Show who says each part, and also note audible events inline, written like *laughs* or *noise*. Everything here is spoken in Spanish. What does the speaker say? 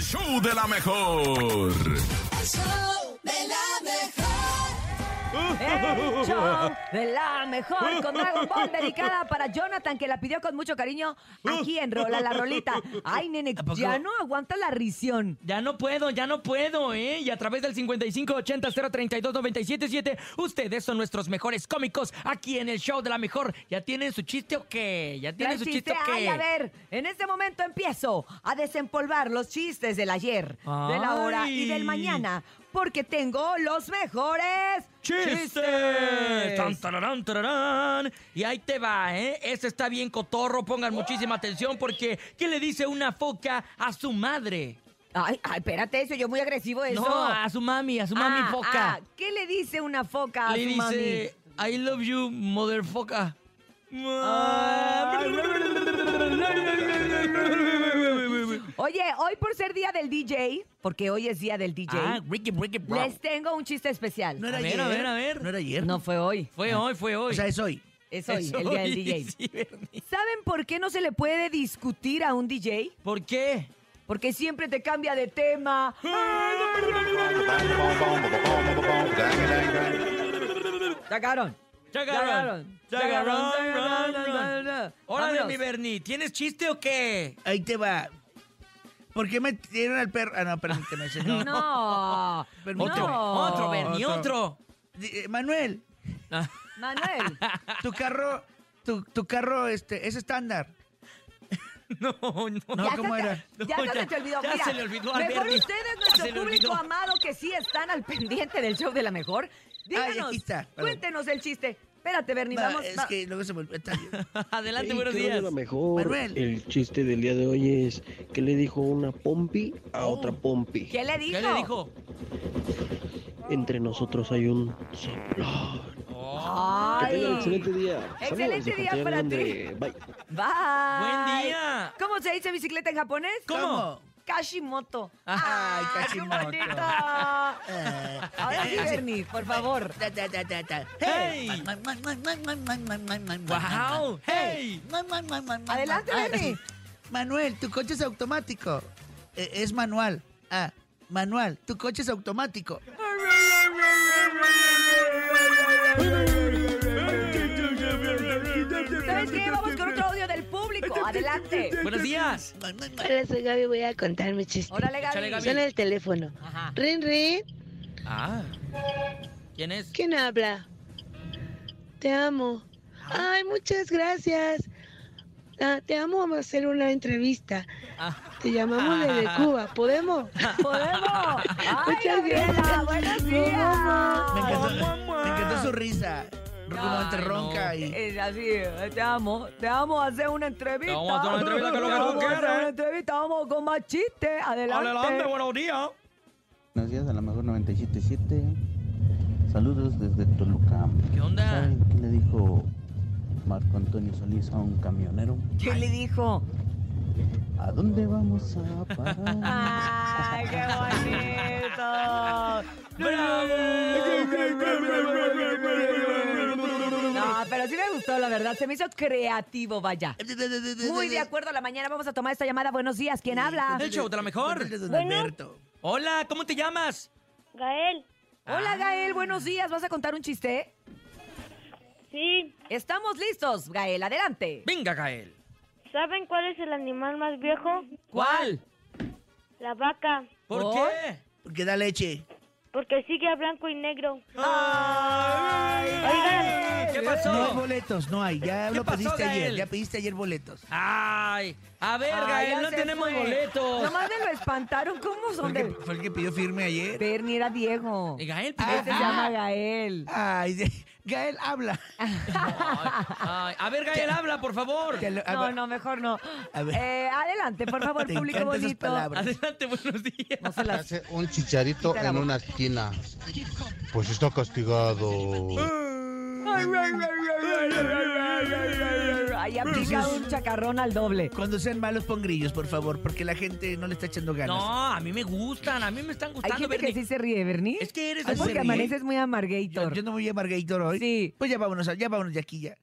Speaker 1: show de la mejor.
Speaker 2: El show de la mejor.
Speaker 3: El show de la mejor con Dragon Ball dedicada para Jonathan que la pidió con mucho cariño aquí en Rola la Rolita. Ay, nene,
Speaker 4: ¿A poco?
Speaker 3: ya no aguanta la risión.
Speaker 4: Ya no puedo, ya no puedo, ¿eh? Y a través del 5580-032-977, ustedes son nuestros mejores cómicos aquí en el show de la mejor. ¿Ya tienen su chiste o qué? ¿Ya
Speaker 3: Ya
Speaker 4: tienen su chiste o
Speaker 3: Ay,
Speaker 4: qué?
Speaker 3: a ver, en este momento empiezo a desempolvar los chistes del ayer, de la hora y del
Speaker 4: Ay.
Speaker 3: mañana, porque tengo los mejores
Speaker 4: Tan, tararán, tararán. Y ahí te va, ¿eh? Este está bien cotorro, pongan muchísima atención porque ¿qué le dice una foca a su madre?
Speaker 3: Ay, ay, espérate, eso yo muy agresivo eso.
Speaker 4: No, a su mami, a su mami
Speaker 3: Ah,
Speaker 4: foca.
Speaker 3: ah, ¿Qué le dice una foca a
Speaker 4: le
Speaker 3: su mami?
Speaker 4: dice, I love you, motherfucker.
Speaker 3: Oye, hoy por ser día del DJ, porque hoy es día del DJ,
Speaker 4: Ah, Ricky, Ricky, bro.
Speaker 3: les tengo un chiste especial.
Speaker 4: A ver, a ver, a ver.
Speaker 5: No era ayer.
Speaker 3: ¿eh? No fue hoy,
Speaker 4: Fue hoy, fue hoy.
Speaker 5: O sea, es hoy.
Speaker 3: es hoy,
Speaker 4: Es
Speaker 3: el día del
Speaker 4: hoy,
Speaker 3: DJ.
Speaker 4: *laughs* sí, Bernie.
Speaker 3: ¿Saben por qué no se le puede discutir a un DJ?
Speaker 4: ¿Por qué?
Speaker 3: Porque siempre te cambia de tema. Sacaron.
Speaker 4: Chagarón. Chagarón. ron, ron, ron. Órale,
Speaker 3: Vámonos.
Speaker 4: mi Bernie, ¿tienes chiste o qué?
Speaker 5: Ahí te va. ¿Por qué metieron al perro? Ah, no,
Speaker 3: *laughs*
Speaker 5: permíteme, ese no.
Speaker 3: No.
Speaker 5: Permíteme.
Speaker 3: No.
Speaker 4: Otro, Bernie, otro.
Speaker 5: Di- eh, Manuel,
Speaker 4: Ah,
Speaker 3: Manuel.
Speaker 5: tu carro, tu, tu carro este, es estándar.
Speaker 4: No, *laughs* *laughs* no.
Speaker 5: No,
Speaker 3: ya
Speaker 5: ¿cómo
Speaker 3: se
Speaker 5: era?
Speaker 3: Te, ya
Speaker 4: No,
Speaker 3: hasta
Speaker 4: ya-
Speaker 3: se te olvidó.
Speaker 4: ya
Speaker 3: Mira,
Speaker 4: se le olvidó a
Speaker 3: Mejor
Speaker 4: Bernie.
Speaker 3: ustedes,
Speaker 4: *laughs* Ya se
Speaker 3: nuestro
Speaker 4: le
Speaker 3: público
Speaker 4: olvidó.
Speaker 3: amado, que sí están al pendiente del show de la mejor. Díganos,
Speaker 5: aquí está, perdón.
Speaker 3: cuéntenos el chiste. Espérate, Bernie,
Speaker 5: Va,
Speaker 3: vamos.
Speaker 5: es
Speaker 3: va-
Speaker 5: que luego se
Speaker 3: *laughs*
Speaker 5: volvió tarde.
Speaker 4: *laughs* Adelante,
Speaker 6: Ey,
Speaker 4: buenos
Speaker 6: creo que
Speaker 4: días.
Speaker 6: la mejor.
Speaker 5: Manuel.
Speaker 6: El chiste del día de hoy es que le dijo una pompi a otra pompi.
Speaker 3: Oh. ¿Qué le dijo?
Speaker 4: ¿Qué le dijo?
Speaker 6: Entre nosotros hay un soplón. Que
Speaker 3: Ay.
Speaker 6: tengan excelente día.
Speaker 3: Excelente
Speaker 6: Saludos de
Speaker 3: día
Speaker 6: Santiago
Speaker 3: para ti.
Speaker 6: de- Bye.
Speaker 3: Bye.
Speaker 4: Buen día.
Speaker 3: ¿Cómo se dice bicicleta en japonés?
Speaker 4: ¿Cómo?
Speaker 3: Kashimoto.
Speaker 5: Ay,
Speaker 3: qué
Speaker 4: *laughs*
Speaker 5: Kashimoto.
Speaker 3: bonito. Ahora
Speaker 5: Eh,
Speaker 3: sí,
Speaker 5: así.
Speaker 3: Bernie, por favor.
Speaker 5: Ta, ta, ta, ta, ta.
Speaker 4: Hey.
Speaker 5: Hey.
Speaker 4: Wow. Hey.
Speaker 3: Adelante,
Speaker 5: Ah,
Speaker 3: Bernie.
Speaker 5: sí. *laughs* Manuel, tu coche es automático. Eh, es manual. Ah, manual, tu coche es automático.
Speaker 3: ¿Sabes qué? Vamos con otro audio del público. Adelante.
Speaker 4: Buenos días.
Speaker 7: Hola, soy Gaby, voy a contar mi chiste.
Speaker 3: Órale,
Speaker 4: Échale, Gaby.
Speaker 3: Gaby.
Speaker 7: Suena el teléfono.
Speaker 3: Ajá.
Speaker 7: Rin, rin,
Speaker 4: Ah. ¿Quién es?
Speaker 7: ¿quién habla? Te amo.
Speaker 4: Ah.
Speaker 7: Ay, muchas gracias. Ah, te amo, vamos a hacer una entrevista.
Speaker 4: Ah,
Speaker 7: Te llamamos desde
Speaker 4: *laughs*
Speaker 7: Cuba, ¿podemos?
Speaker 3: ¡Podemos! ¡Ay,
Speaker 7: Muchas
Speaker 3: Gabriela,
Speaker 7: gracias.
Speaker 3: ¡Buenos
Speaker 7: No,
Speaker 3: días!
Speaker 5: Me encantó,
Speaker 4: mamá.
Speaker 5: me encantó su risa. Como
Speaker 4: Ay,
Speaker 5: entre ronca
Speaker 4: no.
Speaker 5: y.
Speaker 3: Es así, eh, te amo, te amo, hacer una entrevista.
Speaker 4: Te vamos a hacer una entrevista, que es lo
Speaker 3: Vamos
Speaker 4: que tú
Speaker 3: a hacer
Speaker 4: quieres.
Speaker 3: una entrevista, vamos con más chistes, adelante.
Speaker 4: buenos días.
Speaker 8: Buenos días, a la mejor 977. Saludos desde Toluca.
Speaker 4: ¿Qué onda?
Speaker 8: ¿Saben qué le dijo Marco Antonio Solís a un camionero?
Speaker 3: ¿Qué le dijo?
Speaker 8: ¿A dónde vamos a parar?
Speaker 3: ¡Ay, qué bonito! No, pero sí me gustó, la verdad, se me hizo creativo,
Speaker 5: Eh,
Speaker 3: vaya. Muy de acuerdo, a la mañana vamos a tomar esta llamada. Buenos días, ¿quién habla?
Speaker 4: El show de la mejor.
Speaker 5: Don
Speaker 9: Bueno.
Speaker 5: Alberto.
Speaker 4: Hola, ¿cómo te llamas?
Speaker 9: Gael,
Speaker 5: Ah.
Speaker 3: Hola, Gael, buenos días, ¿vas a contar un chiste?
Speaker 9: sí.
Speaker 3: Estamos listos, Gael, adelante.
Speaker 4: Venga, Gael.
Speaker 9: ¿Saben cuál es el animal más viejo?
Speaker 4: ¿Cuál?
Speaker 9: La vaca,
Speaker 4: ¿Por
Speaker 3: ¿Por?
Speaker 4: qué?
Speaker 5: Porque da leche.
Speaker 9: porque sigue a blanco y negro.
Speaker 4: Oigan, ¿qué
Speaker 5: No hay
Speaker 4: pasó?
Speaker 5: boletos, no hay. Ya
Speaker 4: ¿Qué
Speaker 5: lo
Speaker 4: pasó,
Speaker 5: pediste ayer.
Speaker 4: Gael?
Speaker 5: Ya pediste ayer boletos.
Speaker 4: Ay, a ver,
Speaker 3: Ay, ya
Speaker 4: Gael, no
Speaker 3: se
Speaker 4: tenemos
Speaker 3: fue.
Speaker 4: boletos.
Speaker 3: Nomás me lo espantaron. ¿Cómo
Speaker 5: Fue
Speaker 3: son
Speaker 5: el, que,
Speaker 3: de.?
Speaker 5: fue el que pidió firme
Speaker 3: *laughs*
Speaker 5: ayer.
Speaker 3: Bernie era Diego.
Speaker 4: Eh, Gael,
Speaker 3: Él se
Speaker 4: pidió-
Speaker 5: Ah.
Speaker 3: llama Gael.
Speaker 5: Ay, de- Gael, habla.
Speaker 4: Ay, a ver, Gael, habla, por favor.
Speaker 5: Te lo- ah,
Speaker 3: No, no, mejor no.
Speaker 5: A ver.
Speaker 3: Eh, adelante, por favor,
Speaker 5: *laughs* Te
Speaker 3: público
Speaker 5: encantan esas
Speaker 3: bonito.
Speaker 5: palabras.
Speaker 4: Adelante, buenos días.
Speaker 3: No se las.
Speaker 10: hace un chicharito
Speaker 3: Quita la
Speaker 10: en
Speaker 3: boca.
Speaker 10: una esquina. Pues está castigado.
Speaker 3: Ahí
Speaker 5: Pues
Speaker 3: aplica un chacarrón al doble.
Speaker 5: Cuando sean malos, pon grillos, por favor, porque la gente no le está echando ganas.
Speaker 4: No, a mí me gustan, a mí me están
Speaker 3: Hay
Speaker 4: gustando.
Speaker 3: gente que
Speaker 4: Bernie.
Speaker 3: sí se ríe, Bernie.
Speaker 4: Es que eres
Speaker 3: Es
Speaker 5: ¿se
Speaker 3: porque
Speaker 5: ríe?
Speaker 3: amaneces muy
Speaker 5: Yo,
Speaker 3: amargator.
Speaker 5: yo no voy a Margator hoy.
Speaker 3: Sí.
Speaker 5: Pues ya vámonos, ya vámonos de aquí ya.